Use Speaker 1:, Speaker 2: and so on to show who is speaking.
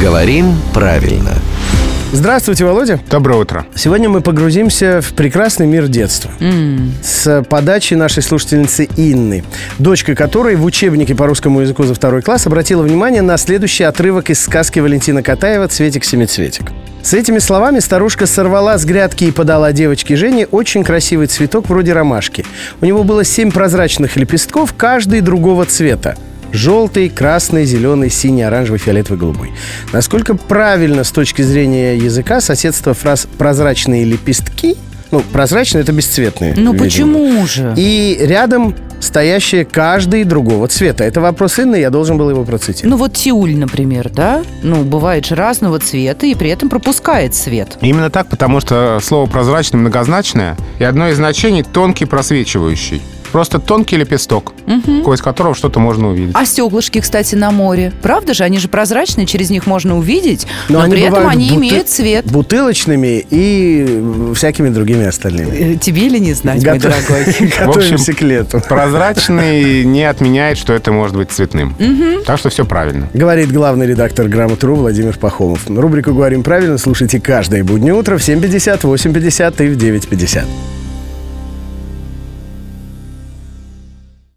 Speaker 1: Говорим правильно.
Speaker 2: Здравствуйте, Володя.
Speaker 3: Доброе утро.
Speaker 2: Сегодня мы погрузимся в прекрасный мир детства. С подачи нашей слушательницы Инны, дочка которой в учебнике по русскому языку за второй класс обратила внимание на следующий отрывок из сказки Валентина Катаева «Цветик-семицветик». С этими словами старушка сорвала с грядки и подала девочке Жене очень красивый цветок вроде ромашки. У него было семь прозрачных лепестков, каждый другого цвета. Желтый, красный, зеленый, синий, оранжевый, фиолетовый, голубой. Насколько правильно с точки зрения языка соседство фраз «прозрачные лепестки» Ну, прозрачные – это бесцветные.
Speaker 4: Ну
Speaker 2: видимо.
Speaker 4: почему же?
Speaker 2: И рядом стоящие каждый другого цвета. Это вопрос Инны, я должен был его процитировать.
Speaker 4: Ну вот тиуль, например, да? Ну, бывает же разного цвета и при этом пропускает свет.
Speaker 3: Именно так, потому что слово «прозрачный» многозначное, и одно из значений — тонкий просвечивающий. Просто тонкий лепесток, сквозь которого что-то можно увидеть.
Speaker 4: А стеклышки, кстати, на море. Правда же, они же прозрачные, через них можно увидеть, Ну, но, при этом
Speaker 2: бывают
Speaker 4: они
Speaker 2: буты-
Speaker 4: имеют цвет.
Speaker 2: Бутылочными и всякими другими остальными.
Speaker 4: Э, Тебе или не знать, мой
Speaker 2: Готов-
Speaker 4: дорогой?
Speaker 2: Готовимся к лету.
Speaker 3: Прозрачный не отменяет, что это может быть цветным. Так что все правильно.
Speaker 2: Говорит главный редактор «Грамотру» Владимир Пахомов. Рубрику «Говорим правильно» слушайте каждое буднее утро в 7.50, 8.50 и в 9.50.